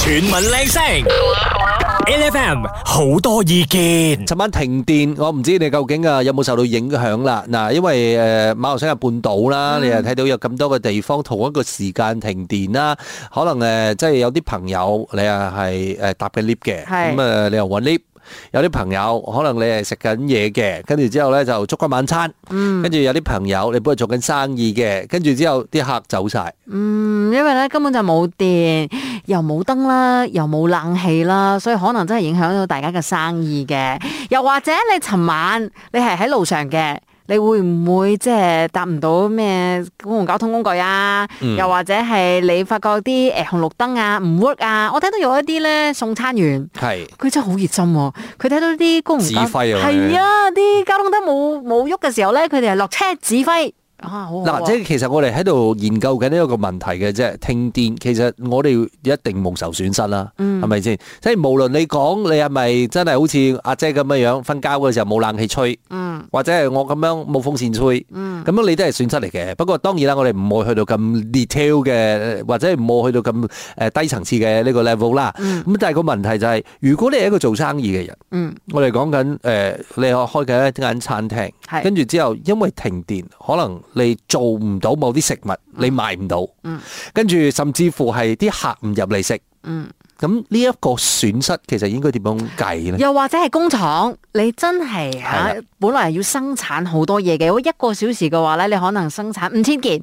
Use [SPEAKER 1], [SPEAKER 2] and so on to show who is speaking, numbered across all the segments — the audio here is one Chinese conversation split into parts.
[SPEAKER 1] 全民靚聲，LFM 好多意見。
[SPEAKER 2] 尋晚停電，我唔知你究竟啊有冇受到影響啦。嗱，因為誒馬來西亞半島啦，你又睇到有咁多嘅地方同一個時間停電啦，可能呃誒即係有啲朋友你啊係誒搭緊 lift 嘅，
[SPEAKER 3] 係
[SPEAKER 2] 咁啊你又揾 lift。有啲朋友可能你係食緊嘢嘅，跟住之後咧就燭光晚餐，
[SPEAKER 3] 嗯
[SPEAKER 2] 跟住有啲朋友你本嚟做緊生意嘅，跟住之後啲客走晒，
[SPEAKER 3] 嗯，因為咧根本就冇電，又冇燈啦，又冇冷氣啦，所以可能真係影響到大家嘅生意嘅。又或者你尋晚你係喺路上嘅。你會唔會即係搭唔到咩公共交通工具啊？
[SPEAKER 2] 嗯
[SPEAKER 3] 又或者係你發覺啲誒紅綠燈啊唔 work 啊？我睇到有一啲咧送餐員，
[SPEAKER 2] 係
[SPEAKER 3] 佢真係好熱心喎、佢睇到啲公共交
[SPEAKER 2] 指揮啊
[SPEAKER 3] 係啊，啲交通燈冇冇喐嘅時候咧，佢哋係落車指揮啊，好好啊
[SPEAKER 2] 嗱，即係其實我哋喺度研究緊呢一個問題嘅啫，停電其實我哋一定蒙受損失啦，係咪先？即係無論你講你係咪真係好似阿姐咁樣樣，瞓覺嘅時候冇冷氣吹，
[SPEAKER 3] 嗯
[SPEAKER 2] 或者係我咁樣冇風扇吹，咁樣你都係損失嚟嘅。不過當然啦，我哋唔會去到咁 detail 嘅，或者係唔會去到咁誒低層次嘅呢個 level 啦。咁但係個問題就係，如果你係一個做生意嘅人，
[SPEAKER 3] 嗯
[SPEAKER 2] 我哋講緊誒，你開緊一間餐廳。
[SPEAKER 3] 係
[SPEAKER 2] 跟住之後，因為停電，可能你做唔到某啲食物，你賣唔到，
[SPEAKER 3] 嗯
[SPEAKER 2] 跟住甚至乎係啲客唔入嚟食，
[SPEAKER 3] 嗯。
[SPEAKER 2] 咁呢一個損失其實應該點樣計呢？
[SPEAKER 3] 又或者係工廠，你真係嚇、
[SPEAKER 2] 係
[SPEAKER 3] 本來係要生產好多嘢嘅，如果一個小時嘅話咧，你可能生產五千件，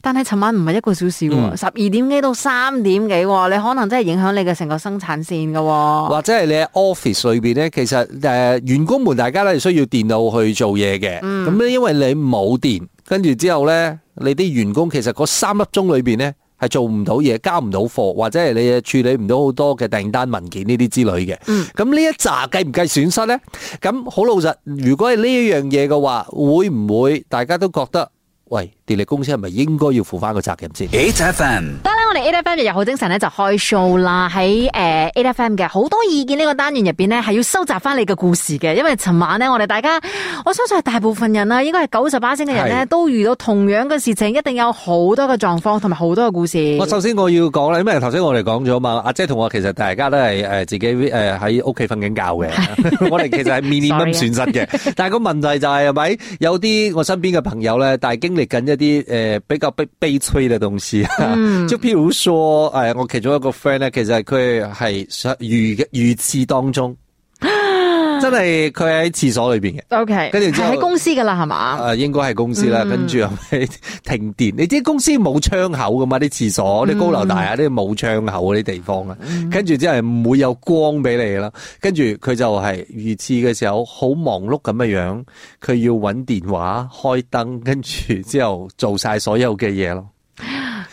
[SPEAKER 3] 但係尋晚唔係一個小時喎，
[SPEAKER 2] 嗯
[SPEAKER 3] 十二、點幾到三點幾喎，你可能真係影響你嘅成個生產線嘅喎。
[SPEAKER 2] 或者係你喺 office 裏邊咧，其實誒、呃員工們大家咧需要電腦去做嘢嘅，咁咧、因為你冇電，跟住之後咧，你啲員工其實嗰三粒鐘裏邊咧。係做唔到嘢，交唔到貨，或者係你處理唔到好多嘅訂單文件呢啲之類嘅。咁呢、一紮計唔計損失呢？咁好老實，如果係呢一樣嘢嘅話，會唔會大家都覺得，喂，電力公司係咪應該要負翻個責任先？
[SPEAKER 1] 8FM
[SPEAKER 3] 得啦，我哋 A F M 日日好精神咧就開 show 啦，喺誒 A F M 嘅好多意見呢個單元入邊咧係要收集翻你嘅故事嘅，因為尋晚咧我哋大家，我相信係大部分人啊啦，應該係九十八星嘅人咧
[SPEAKER 2] 係
[SPEAKER 3] 都遇到同樣嘅事情，一定有好多嘅狀況同埋好多嘅故事。
[SPEAKER 2] 我首先我要講啦，因為頭先我哋講咗嘛，阿姐同我其實大家都係誒自己誒喺屋企瞓緊覺 嘅，我哋其實係 minimum
[SPEAKER 3] Sorry
[SPEAKER 2] 損
[SPEAKER 3] 啊
[SPEAKER 2] 失嘅。但係個問題就係係咪有啲我身邊嘅朋友咧，但係經歷緊一啲誒比較悲悲催嘅東西，啊
[SPEAKER 3] 嗯
[SPEAKER 2] 就譬如說誒我其中一個 friend 咧，其實佢係想遇嘅遇刺當 中，真係佢喺廁所裏邊嘅。
[SPEAKER 3] O K，
[SPEAKER 2] 跟住之後啊
[SPEAKER 3] 喺公司噶啦，係嘛？
[SPEAKER 2] 誒應該係公司啦，跟住後尾停電。你知公司冇窗口噶嘛？啲廁所、啲高樓大廈啲冇窗口嗰啲地方啊，跟住之後係唔會有光俾你啦。跟住佢就係遇刺嘅時候好忙碌咁嘅樣，佢要揾電話開燈，跟住之後做晒所有嘅嘢咯。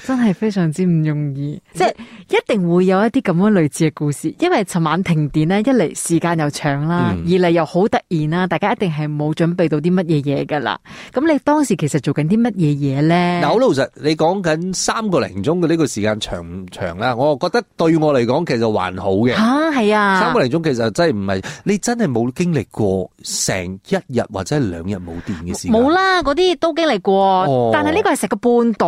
[SPEAKER 3] 真係非常之唔容易，即係一定會有一啲咁樣類似嘅故事。因為尋晚停電咧，一嚟時間又長啦，
[SPEAKER 2] 嗯
[SPEAKER 3] 二嚟又好突然啦，大家一定係冇準備到啲乜嘢嘢噶啦。咁你當時其實做緊啲乜嘢嘢咧
[SPEAKER 2] 嗱，？好老實，你講緊三個零鐘嘅呢個時間長唔長啦？我覺得對我嚟講其實還好嘅。
[SPEAKER 3] 吓係啊，
[SPEAKER 2] 三個零鐘其實真係唔係，你真係冇經歷過成一日或者係兩日冇電嘅時間。
[SPEAKER 3] 冇啦，嗰啲都經歷過，
[SPEAKER 2] 哦
[SPEAKER 3] 但係呢個係食個半島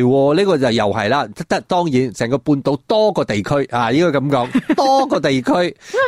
[SPEAKER 2] 係喎，呢、個就又係啦。得當然，成個半島多個地區啊，應該咁 講，多個地區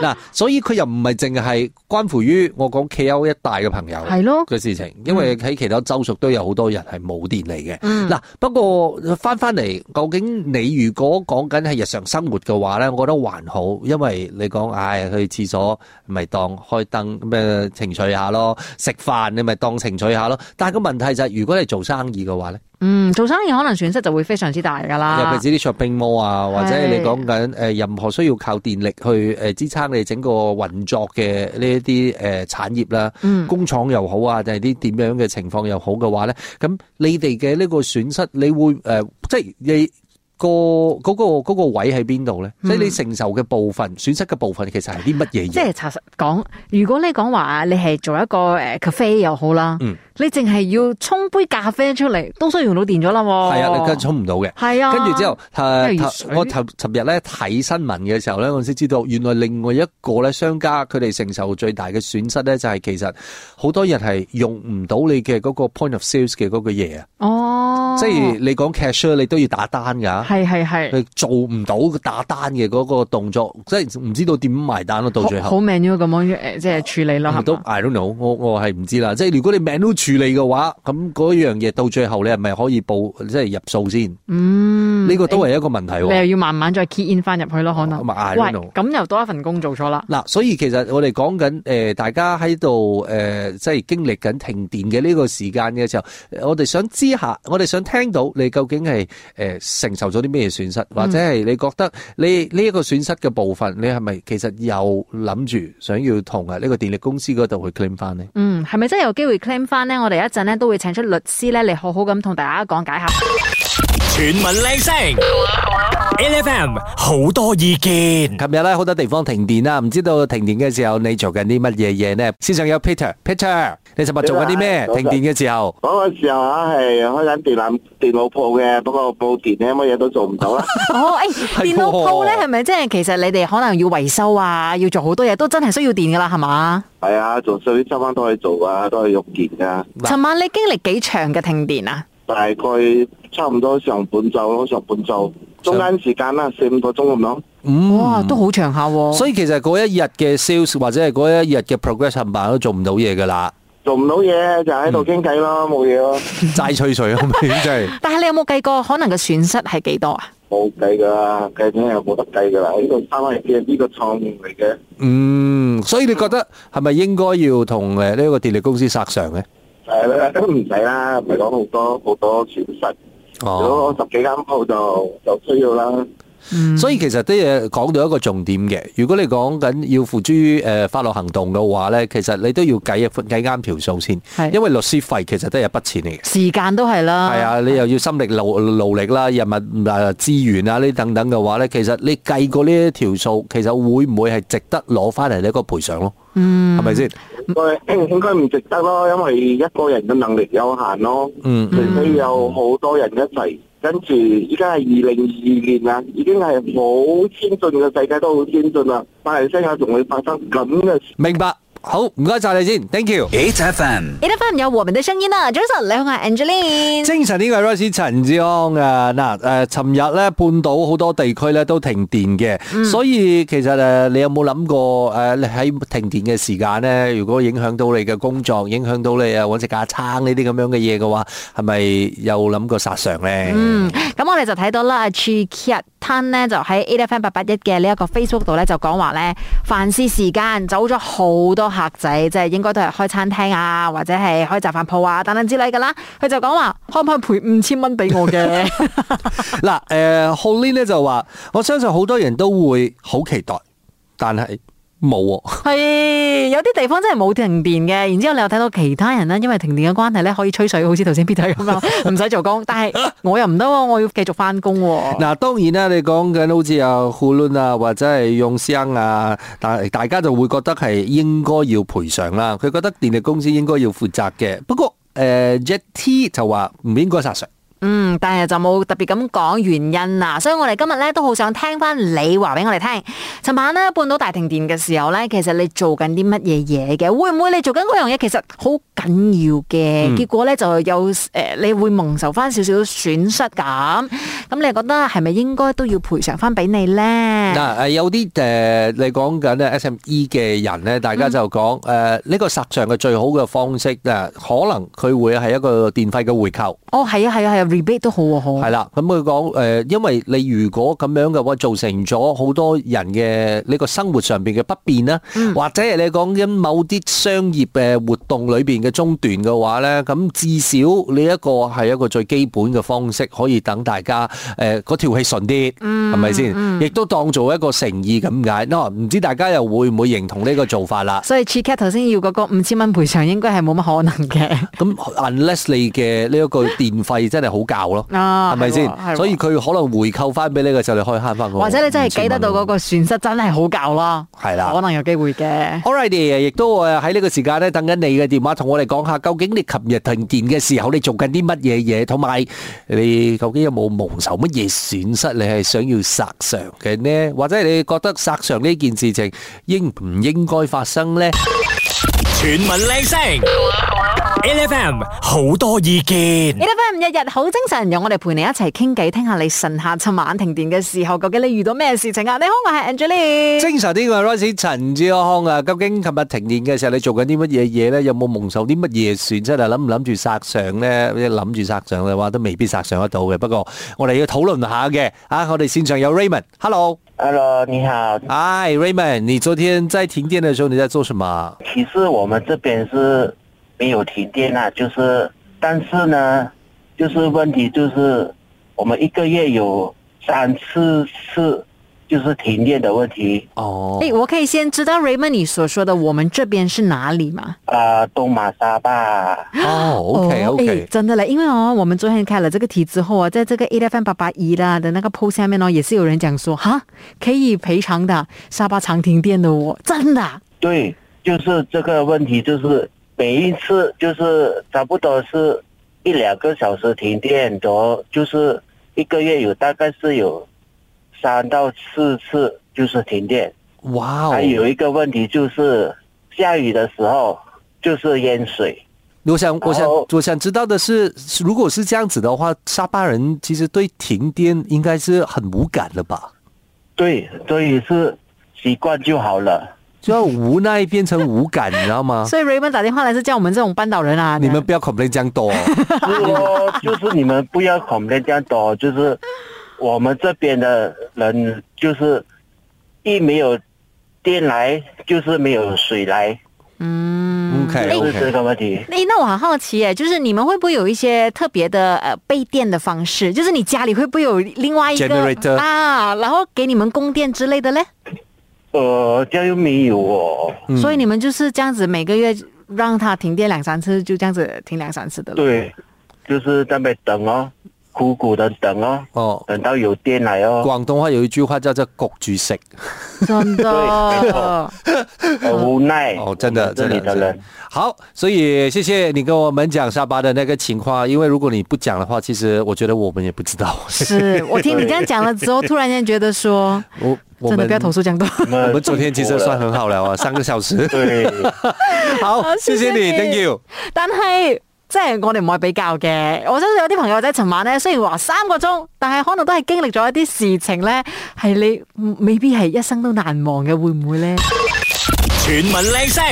[SPEAKER 2] 嗱、所以佢又唔係淨係關乎於我講 K.O. 一帶嘅朋友
[SPEAKER 3] 係咯
[SPEAKER 2] 嘅事情，因為喺其他州屬都有好多人係冇電嚟嘅。嗱、
[SPEAKER 3] 嗯
[SPEAKER 2] 不過翻翻嚟，究竟你如果講緊係日常生活嘅話咧，我覺得還好，因為你講唉、去廁所咪當開燈咁誒情趣下咯，食飯你咪當情趣下咯。但係個問題就係、如果你做生意嘅話咧。
[SPEAKER 3] 嗯，做生意可能損失就會非常之大噶啦
[SPEAKER 2] 尤。其是啲 shopping mall 啊，或者
[SPEAKER 3] 係
[SPEAKER 2] 你講緊誒任何需要靠電力去誒支撐你整個運作嘅呢一啲誒產業啦，
[SPEAKER 3] 嗯
[SPEAKER 2] 工廠又好啊，定係啲點樣嘅情況又好嘅話咧，咁你哋嘅呢個損失，你會誒、呃即係你。個嗰、個嗰個位喺邊度咧？即係你承受嘅部分、損失嘅部分，其實係啲乜嘢
[SPEAKER 3] 即
[SPEAKER 2] 嘢？
[SPEAKER 3] 係查實講，如果你講話你係做一個誒 cafe 又好啦，
[SPEAKER 2] 嗯
[SPEAKER 3] 你淨係要沖杯咖啡出嚟，都需要用到電咗啦。
[SPEAKER 2] 係
[SPEAKER 3] 係
[SPEAKER 2] 啊，你跟充唔到嘅。
[SPEAKER 3] 係啊，
[SPEAKER 2] 跟住之後，
[SPEAKER 3] 係
[SPEAKER 2] 誒
[SPEAKER 3] 水
[SPEAKER 2] 頭我頭尋日咧睇新聞嘅時候咧，我先知道原來另外一個咧商家佢哋承受最大嘅損失咧，就係其實好多人係用唔到你嘅嗰個 point of sales 嘅嗰個嘢啊，
[SPEAKER 3] 哦，
[SPEAKER 2] 即係你講 cashier 你都要打單㗎，
[SPEAKER 3] 係係係，
[SPEAKER 2] 佢做唔到打單嘅嗰個動作，即係唔知道點埋單咯。到最
[SPEAKER 3] 好
[SPEAKER 2] 後嗯
[SPEAKER 3] 好 manual 咁樣誒即係處理咯，係
[SPEAKER 2] 都
[SPEAKER 3] 嘛
[SPEAKER 2] I don't know，我我係唔知啦。即係如果你命都處理嘅話，咁嗰樣嘢到最後你係咪可以報即係入數先？
[SPEAKER 3] 嗯，
[SPEAKER 2] 呢個都係一個問題
[SPEAKER 3] 你
[SPEAKER 2] 喎。
[SPEAKER 3] 又要慢慢再 key in 翻入去咯，可能。
[SPEAKER 2] 咁啊，I
[SPEAKER 3] 喂
[SPEAKER 2] don't，know
[SPEAKER 3] 咁又多一份工做咗啦。
[SPEAKER 2] 嗱，所以其實我哋講緊誒，大家喺度誒，即係經歷緊停電嘅呢個時間嘅時候，呃我哋想知下，我哋想聽到你究竟係誒、呃承受咗啲咩損失，或者係你覺得你呢一個損失嘅部分，你係咪其實又諗住想要同啊呢個電力公司嗰度去 claim 翻呢？
[SPEAKER 3] 嗯，係咪真係有機會 claim 翻呢？我哋一陣呢都會請出律師咧嚟好好咁同大家講解下。
[SPEAKER 1] chuyển mình lên sóng, LFM, nhiều ý kiến.
[SPEAKER 2] 琴日咧好多地方停電啦，唔知道停電嘅時候你做緊啲乜嘢嘢呢？線上有 Peter，Peter，你尋日做緊啲咩？
[SPEAKER 4] 早
[SPEAKER 2] 停
[SPEAKER 4] 晨
[SPEAKER 2] 電嘅時候。
[SPEAKER 4] 嗰個時候啊，係開緊電腦電腦鋪嘅，不過冇電咧，乜嘢都做唔到啦。
[SPEAKER 3] 哦， 诶、
[SPEAKER 2] 喎
[SPEAKER 3] 電腦鋪咧係咪即係其實你哋可能要維修啊，要做好多嘢，都真係需要電噶啦，係嘛？
[SPEAKER 4] 係啊，做少啲收翻都可以做啊，都可以用電噶。
[SPEAKER 2] 嗱
[SPEAKER 3] 尋晚你經歷幾長嘅停電啊？
[SPEAKER 4] 大概差唔多上半晝咯，上半晝中間時間啦，四五個鐘咁樣。
[SPEAKER 2] 嗯
[SPEAKER 3] 哇，都好長下喎、
[SPEAKER 2] 所以其實嗰一日嘅 sales 或者係嗰一日嘅 progress 冚唪唥都做唔到嘢噶 啦，
[SPEAKER 4] 做唔到嘢就喺度傾偈咯，冇嘢咯，
[SPEAKER 2] 齋吹水咁樣真係。
[SPEAKER 3] 但係你有冇計過可能嘅損失係幾多啊？
[SPEAKER 4] 冇計㗎啦，計真係冇得計㗎啦。呢個三係嘅呢個創意嚟嘅，
[SPEAKER 2] 嗯，所以你覺得係咪應該要同誒呢個電力公司索償咧？
[SPEAKER 4] 係啦，唔使啦，唔係講好多好多損失。如果我
[SPEAKER 2] 哦，
[SPEAKER 4] 十幾間鋪就就需要啦。
[SPEAKER 3] 嗯，
[SPEAKER 2] 所以其實啲嘢講到一個重點嘅，如果你講緊要付諸誒、呃法律行動嘅話咧，其實你都要計一計啱條數先，
[SPEAKER 3] 係
[SPEAKER 2] 因為律師費其實都係一筆錢嚟嘅。
[SPEAKER 3] 時間都係啦。
[SPEAKER 2] 係啊，你又要心力勞勞力啦，人物啊資源啊呢等等嘅話咧，其實你計過呢一條數，其實會唔會係值得攞翻嚟呢一個賠償咯？
[SPEAKER 3] 嗯，
[SPEAKER 2] 係咪先？
[SPEAKER 4] 應該應該唔值得咯，因為一個人嘅能力有限咯，
[SPEAKER 2] 嗯
[SPEAKER 4] 除非有好多人一齊。跟住依家係二零二二年啦，已經係好先進嘅世界都好先進啦。馬來西亞仲會發生咁嘅事，
[SPEAKER 2] 明白。好，唔該晒你先，thank you。
[SPEAKER 1] 8FM,
[SPEAKER 3] A F M 有和平的聲音啊啦，早晨，你好，我係 Angeline。
[SPEAKER 2] 精神呢個係 Royce 陳志安啊，嗱誒，尋日咧半島好多地區咧都停電嘅，所以其實誒，你有冇諗過誒，你喺停電嘅時間咧，如果影響到你嘅工作，影響到你啊揾食架撐呢啲咁樣嘅嘢嘅話，係咪有諗過殺償咧？
[SPEAKER 3] 嗯，咁我哋就睇到啦 c h i k i a Tan 咧就喺 A F M 八八一嘅呢一個 Facebook 度咧就講話咧，飯市時間走咗好多客仔，即係應該都係開餐廳啊，或者係開雜飯鋪啊等等之類噶啦。佢就講話可唔可以賠五千蚊俾我嘅？
[SPEAKER 2] 嗱，誒 h o l i n 咧就話，我相信好多人都會好期待，但係冇
[SPEAKER 3] 哦
[SPEAKER 2] 喎。
[SPEAKER 3] 係有啲地方真係冇停電嘅，然之後你又睇到其他人咧，因為停電嘅關係咧可以吹水，好似頭先 Peter 咁樣，唔使做工。但係我又唔得喎，我要繼續翻工 喎。
[SPEAKER 2] 嗱，當然啦，你講緊好似啊 h o l i n 啊，或者係用 s 啊，但大家就會覺得係應該要賠償啦。佢覺得電力公司應該要負責嘅。不過誒、j e t 就話唔應該殺償。
[SPEAKER 3] 嗯，但係就冇特別咁講原因啦，所以我哋今日咧都好想聽翻你話俾我哋聽。尋晚咧半島大停電嘅時候咧，其實你做緊啲乜嘢嘢嘅？會唔會你做緊嗰樣嘢其實好緊要嘅？
[SPEAKER 2] 嗯
[SPEAKER 3] 結果咧就有誒、呃你會蒙受翻少少損失咁。咁你覺得係咪應該都要賠償翻俾你咧？
[SPEAKER 2] 嗱、誒有啲誒、呃你講緊咧 SME E 嘅人咧，大家就講誒呢個殺償嘅最好嘅方式啊，可能佢會係一個電費嘅回扣。
[SPEAKER 3] 哦，係啊，係啊，係啊，rebate 都好喎，好。
[SPEAKER 2] 係啦，咁佢講誒，因為你如果咁樣嘅話，造成咗好多人嘅呢個生活上邊嘅不便啦，或者係你講緊某啲商業嘅活動裏邊嘅中斷嘅話咧，咁至少呢一個係一個最基本嘅方式，可以等大家誒嗰條氣順啲，係咪先？亦都當做一個誠意咁解。嗱，唔知大家又會唔會認同呢個做法啦？
[SPEAKER 3] 所以 c h i k a 頭先要嗰個五千蚊賠償，應該係冇乜可能嘅。
[SPEAKER 2] 咁 unless 你嘅呢一個電費真係好教咯。
[SPEAKER 3] 啊，
[SPEAKER 2] 係咪
[SPEAKER 3] 係喎係
[SPEAKER 2] 先？
[SPEAKER 3] 喎
[SPEAKER 2] 所以佢可能回扣翻俾你嘅時候，你可以慳翻
[SPEAKER 3] 或者你真係計得到嗰個損失真係好教啦，
[SPEAKER 2] 係啦嗯
[SPEAKER 3] 可能有機會嘅。
[SPEAKER 2] Alrighty，亦都誒喺呢個時間咧，等緊你嘅電話，同我哋講下，究竟你琴日停電嘅時候，你做緊啲乜嘢嘢，同埋你究竟有冇蒙受乜嘢損失？你係想要殺償嘅呢？或者你覺得殺償呢件事情應唔應該發生呢？
[SPEAKER 1] chuyển mình lên sóng, L F M 好多意見。
[SPEAKER 3] 你得翻日日好精神，由我哋陪你一齊傾偈，聽下你神下尋晚停電嘅時候，究竟你遇到咩事情啊？你好，我係 Angeline。
[SPEAKER 2] 精神啲嘅 Rice 陳志康啊，究竟琴日停電嘅時候你做緊啲乜嘢嘢咧？有冇蒙受啲乜嘢損失啊？諗唔諗住殺上咧？諗住殺上嘅話都未必殺上得到嘅。不過我哋要討論下嘅啊！我哋線上有 Raymond，Hello，Hi
[SPEAKER 5] Hello，你好。
[SPEAKER 2] Raymond，你昨天在停電的時候你在做什麼？
[SPEAKER 5] 其实我们这边是没有停电啦，就是，但是呢，就是问题就是，我们一个月有三次次就是停电的问题。
[SPEAKER 2] 哦，
[SPEAKER 3] 诶、我可以先知道 Raymond 你所說的我們這邊是哪裡嗎？
[SPEAKER 5] 啊、东马沙啊巴，
[SPEAKER 2] 哦，OK
[SPEAKER 3] 哦诶
[SPEAKER 2] OK，
[SPEAKER 3] 真的嘞，因为哦，我们昨天开了这个题之后啊，在这个 A F M 八八一啦的那个 post 下面哦呢，也是有人讲说哈，可以赔偿的，沙巴常停电的哦，真的啊、
[SPEAKER 5] 对，就是这个问题，就是每一次就是差不多是一两个小时停电，然后就是一个月有大概是有三到四次就是停电。
[SPEAKER 2] 哇哦
[SPEAKER 5] 还！有一个问题就是，下雨的时候就是淹水。
[SPEAKER 2] 我想，我想
[SPEAKER 5] 然后，
[SPEAKER 2] 我想知道的是，如果是这样子的话，沙巴人其实对停电应该是很无感了吧？
[SPEAKER 5] 对，所以是习惯就好了。
[SPEAKER 2] 就要无奈变成无感，你知道吗？
[SPEAKER 3] 所以 Raymond 打电话来是叫我们这种班导人啊，
[SPEAKER 2] 啊你们不要 complain 这样 多、哦。
[SPEAKER 5] 是哦，就是你们不要 complain 这样多，就是我们这边的人就是一没有电来，就是没有水来，
[SPEAKER 3] 嗯
[SPEAKER 2] OK
[SPEAKER 3] 诶
[SPEAKER 2] 哎 OK
[SPEAKER 5] 就是这个问题。
[SPEAKER 3] 诶，那我很好奇耶，就是你们会不会有一些特别的呃备电的方式？就是你家里会不会有另外一个
[SPEAKER 2] Generator
[SPEAKER 3] 啊，然后给你们供电之类的嘞？
[SPEAKER 5] 呃，这样又没有哦。
[SPEAKER 3] 所以你们就是这样子每个月让它停电两三次，就这样子停两三次的了。
[SPEAKER 5] 对，就是在那边等哦，苦苦的等哦，
[SPEAKER 2] 哦，
[SPEAKER 5] 等到有电来哦。
[SPEAKER 2] 广东话有一句话叫做“焗住食
[SPEAKER 3] 真
[SPEAKER 5] 对没
[SPEAKER 3] 的
[SPEAKER 5] 错。很无奈”，
[SPEAKER 2] 哦，真的，
[SPEAKER 5] 这
[SPEAKER 2] 真的
[SPEAKER 5] 里的
[SPEAKER 2] 真的
[SPEAKER 5] 人，
[SPEAKER 2] 好，所以谢谢你跟我们讲沙巴的那个情况，因为如果你不讲的话，其实我觉得我们也不知道。
[SPEAKER 3] 是我听你这样讲了之后，突然间觉得说，
[SPEAKER 2] 我我
[SPEAKER 3] 真的
[SPEAKER 2] 们
[SPEAKER 3] 不要投诉这样多。
[SPEAKER 5] 我们
[SPEAKER 2] 我们昨天其实算
[SPEAKER 5] 很
[SPEAKER 2] 很好了 啊，三个小时。
[SPEAKER 5] 对，
[SPEAKER 2] 好，
[SPEAKER 3] 好
[SPEAKER 2] 谢谢
[SPEAKER 3] 谢
[SPEAKER 2] 你
[SPEAKER 3] 谢
[SPEAKER 2] ，thank you。
[SPEAKER 3] 但係即係我哋唔可以比較嘅。我相信有啲朋友仔尋晚咧，雖然話三個鐘，但係可能都係經歷咗一啲事情咧，係你嗯未必係一生都難忘嘅，會唔會咧？
[SPEAKER 1] 全民靚聲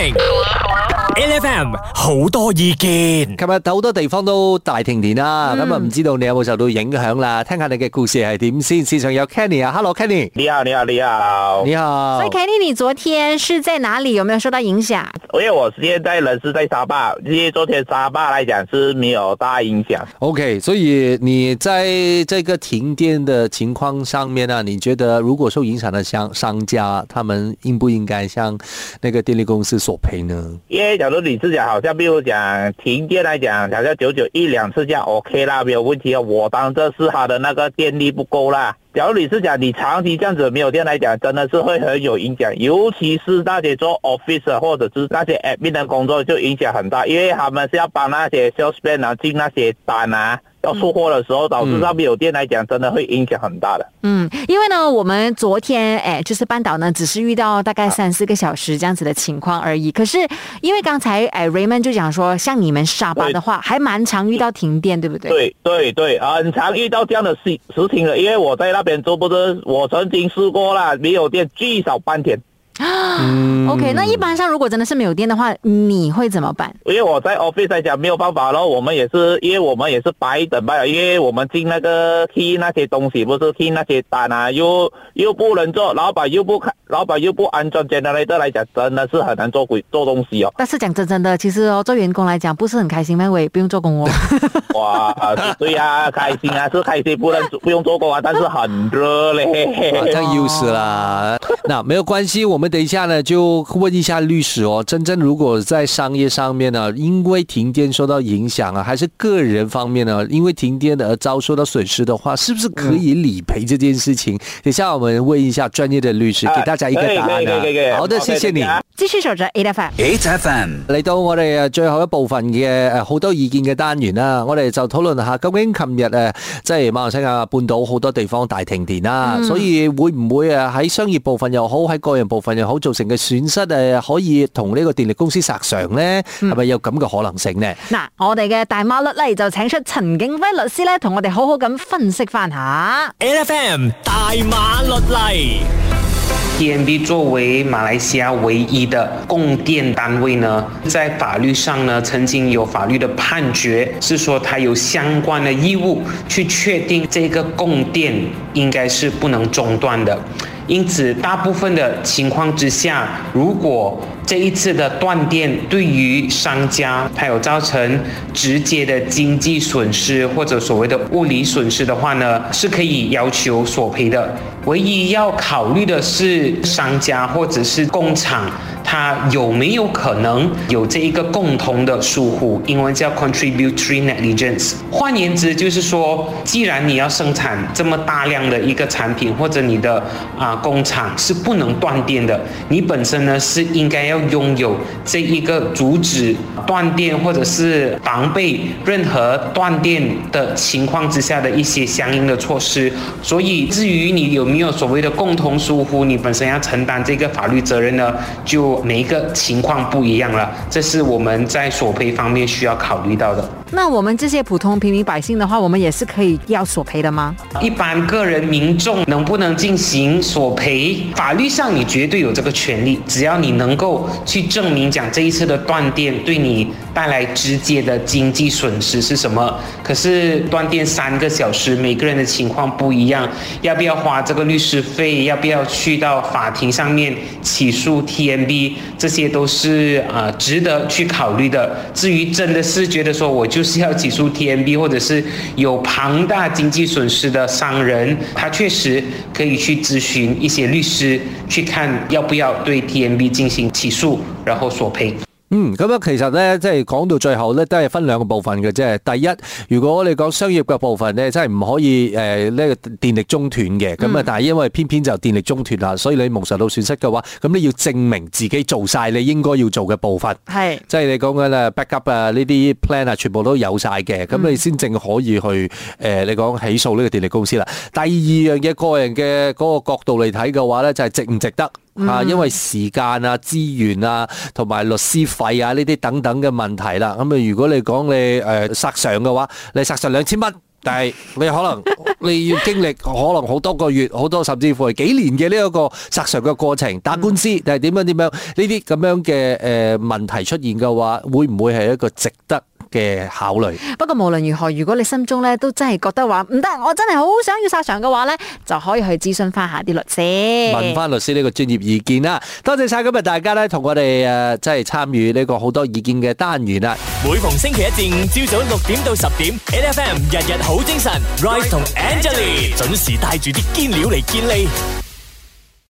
[SPEAKER 1] ，L F M 好多意見。
[SPEAKER 2] 琴日好多地方都大停電啦，
[SPEAKER 3] 嗯
[SPEAKER 2] 咁啊唔知道你有冇受到影響啦？聽下你嘅故事係點先。市場有 Kenny 啊，Hello Kenny，
[SPEAKER 6] 你好，你好，你
[SPEAKER 5] 哦
[SPEAKER 6] 好。
[SPEAKER 2] 你好
[SPEAKER 3] 所以。Kenny，你昨天是在哪裡？有沒有受到影響？
[SPEAKER 6] 因为我现在人是在沙巴，因为昨天沙巴来讲是没有大影响。
[SPEAKER 2] OK，所以你在这个停电的情况上面呢、你觉得如果受影响的商商家，他们应不应该向那个电力公司索赔呢？
[SPEAKER 6] 因为假如你是讲好像，比如讲停电来讲，好像九九一两次这样 OK 啦，没有问题啊。我当这是他的那个电力不够啦。假如你是讲你长期这样子没有电来讲，真的是会很有影响，尤其是那些做 office 的或者是那些 admin 的工作就影响很大，因为他们是要帮那些 salesman 啊进那些单啊，要出货的时候导致那边有电来讲，真的会影响很大的。
[SPEAKER 3] 嗯，因为呢，我们昨天哎，诶就是半岛呢，只是遇到大概三四个小时这样子的情况而已。可是因为刚才哎 Raymond 就讲说，像你们沙巴的话，还蛮常遇到停电，对不对？
[SPEAKER 6] 对对对，啊很常遇到这样的事事情的，因为我在那边做不是，我曾经试过啦，没有电最少半天，
[SPEAKER 2] 嗯
[SPEAKER 6] 哎
[SPEAKER 3] OK，那一般上如果真的是没有电的话，你会怎么办？
[SPEAKER 6] 因为我在 office 来讲没有办法咯，我们也是，因为我们也是白等罢了，因为我们进那个 key 那些东西不是 key 那些单啊，又又不能做，老板又不看，老板又不安装 generator 来讲，真的是很难做鬼做东西哦，
[SPEAKER 3] 但是讲真真的，其实哦，做员工来讲不是很开心，因为不用做工哦。
[SPEAKER 6] 哇，啊对呀、开心啊，是开心，不能不用做工啊，但是很热嘞。
[SPEAKER 2] 啊，这样又是啦。那没有关系，我们等一下呢就问一下律师哦。真正如果在商业上面呢，因为停电受到影响啊，还是个人方面呢，因为停电而遭受到损失的话，是不是可以
[SPEAKER 6] 嗯
[SPEAKER 2] 理赔这件事情？等一下我们问一下专业的律师，
[SPEAKER 6] 啊
[SPEAKER 2] 给大家一个
[SPEAKER 6] 可以
[SPEAKER 2] 答
[SPEAKER 6] 可
[SPEAKER 2] 案
[SPEAKER 6] 以可以可以可以
[SPEAKER 2] 啊。好的，
[SPEAKER 6] ，OK，
[SPEAKER 2] 谢谢你
[SPEAKER 6] 大。家
[SPEAKER 3] 继续守着 A F M。
[SPEAKER 7] 8 FM,
[SPEAKER 2] 嗯嚟到我哋誒呃最後一部分嘅誒好多意見嘅單元啦，我哋就討論下究竟琴日誒即係馬來西亞半島好多地方大停電啦，所以會唔會誒喺商業部分又好，喺個人部分又好造成嘅損失誒可以同呢個電力公司索償呢？係咪有咁嘅可能性呢？
[SPEAKER 3] 嗱，我哋嘅大媽律咧就請出陳景輝律師咧，同我哋好好咁分析翻下。
[SPEAKER 1] L F M 大马律例。
[SPEAKER 8] TNB 作为马来西亚唯一的供电单位呢，在法律上呢，曾经有法律的判决是说它有相关的义务去确定这个供电应该是不能中断的。因此，大部分的情况之下，如果这一次的断电对于商家它有造成直接的经济损失或者所谓的物理损失的话呢，是可以要求索赔的。唯一要考虑的是商家或者是工厂，它有没有可能有这一个共同的疏忽，英文叫 contributory negligence。换言之，就是说，既然你要生产这么大量的一个产品，或者你的啊、工厂是不能断电的，你本身呢是应该要拥有这一个阻止断电或者是防备任何断电的情况之下的一些相应的措施。所以，至于你有没有所谓的共同疏忽，你本身要承担这个法律责任呢，就每一个情况不一样了。这是我们在索赔方面需要考虑到的。
[SPEAKER 3] 那我们这些普通平民百姓的话，我们也是可以要索赔的吗？
[SPEAKER 8] 一般个人民众能不能进行索赔？法律上你绝对有这个权利，只要你能够去证明讲这一次的断电对你带来直接的经济损失是什么。可是断电三个小时，每个人的情况不一样，要不要花这个律师费？要不要去到法庭上面起诉 TMB？这些都是呃值得去考虑的。至于真的是觉得说我就是要起诉 TMB，或者是有庞大经济损失的商人，他确实可以去咨询一些律师，去看要不要对 TMB 进行起诉，然后索赔。
[SPEAKER 2] 嗯，咁啊，其實咧，即係講到最後咧，都係分兩個部分嘅啫。第一，如果你講商業嘅部分咧，真係唔可以誒呢個電力中斷嘅。咁啊，但係因為偏偏就電力中斷啦，所以你蒙受到損失嘅話，咁你要證明自己做晒你應該要做嘅部分。
[SPEAKER 3] 系。
[SPEAKER 2] 即係你講緊咧 backup 啊，呢啲 plan 啊，全部都有晒嘅，咁你先正可以去誒、呃你講起訴呢個電力公司啦。第二樣嘢，個人嘅嗰個角度嚟睇嘅話咧，就係、值唔值得。啊，因為時間啊、資源啊、同埋律師費啊呢啲等等嘅問題啦，咁啊，如果你講你誒殺上嘅話，你殺上兩千蚊，但係你可能 你要經歷可能好多個月、好多甚至乎係幾年嘅呢一個殺上嘅過程，打官司定係點樣點樣呢啲咁樣嘅誒、呃、問題出現嘅話，會唔會係一個值得嘅考慮？
[SPEAKER 3] 不過無論如何，如果你心中咧都真係覺得話唔得，我真係好想要殺償嘅話咧，就可以去諮詢翻下啲律師。
[SPEAKER 2] 問翻律師呢個專業意見啦，多謝晒今日大家咧同我哋誒即係參與呢個好多意見嘅單元啊啦。
[SPEAKER 1] 每逢星期一至五朝早六點到十點，L F M 日日好精神，Rise 同 Angelie 準時帶住啲堅料嚟健利。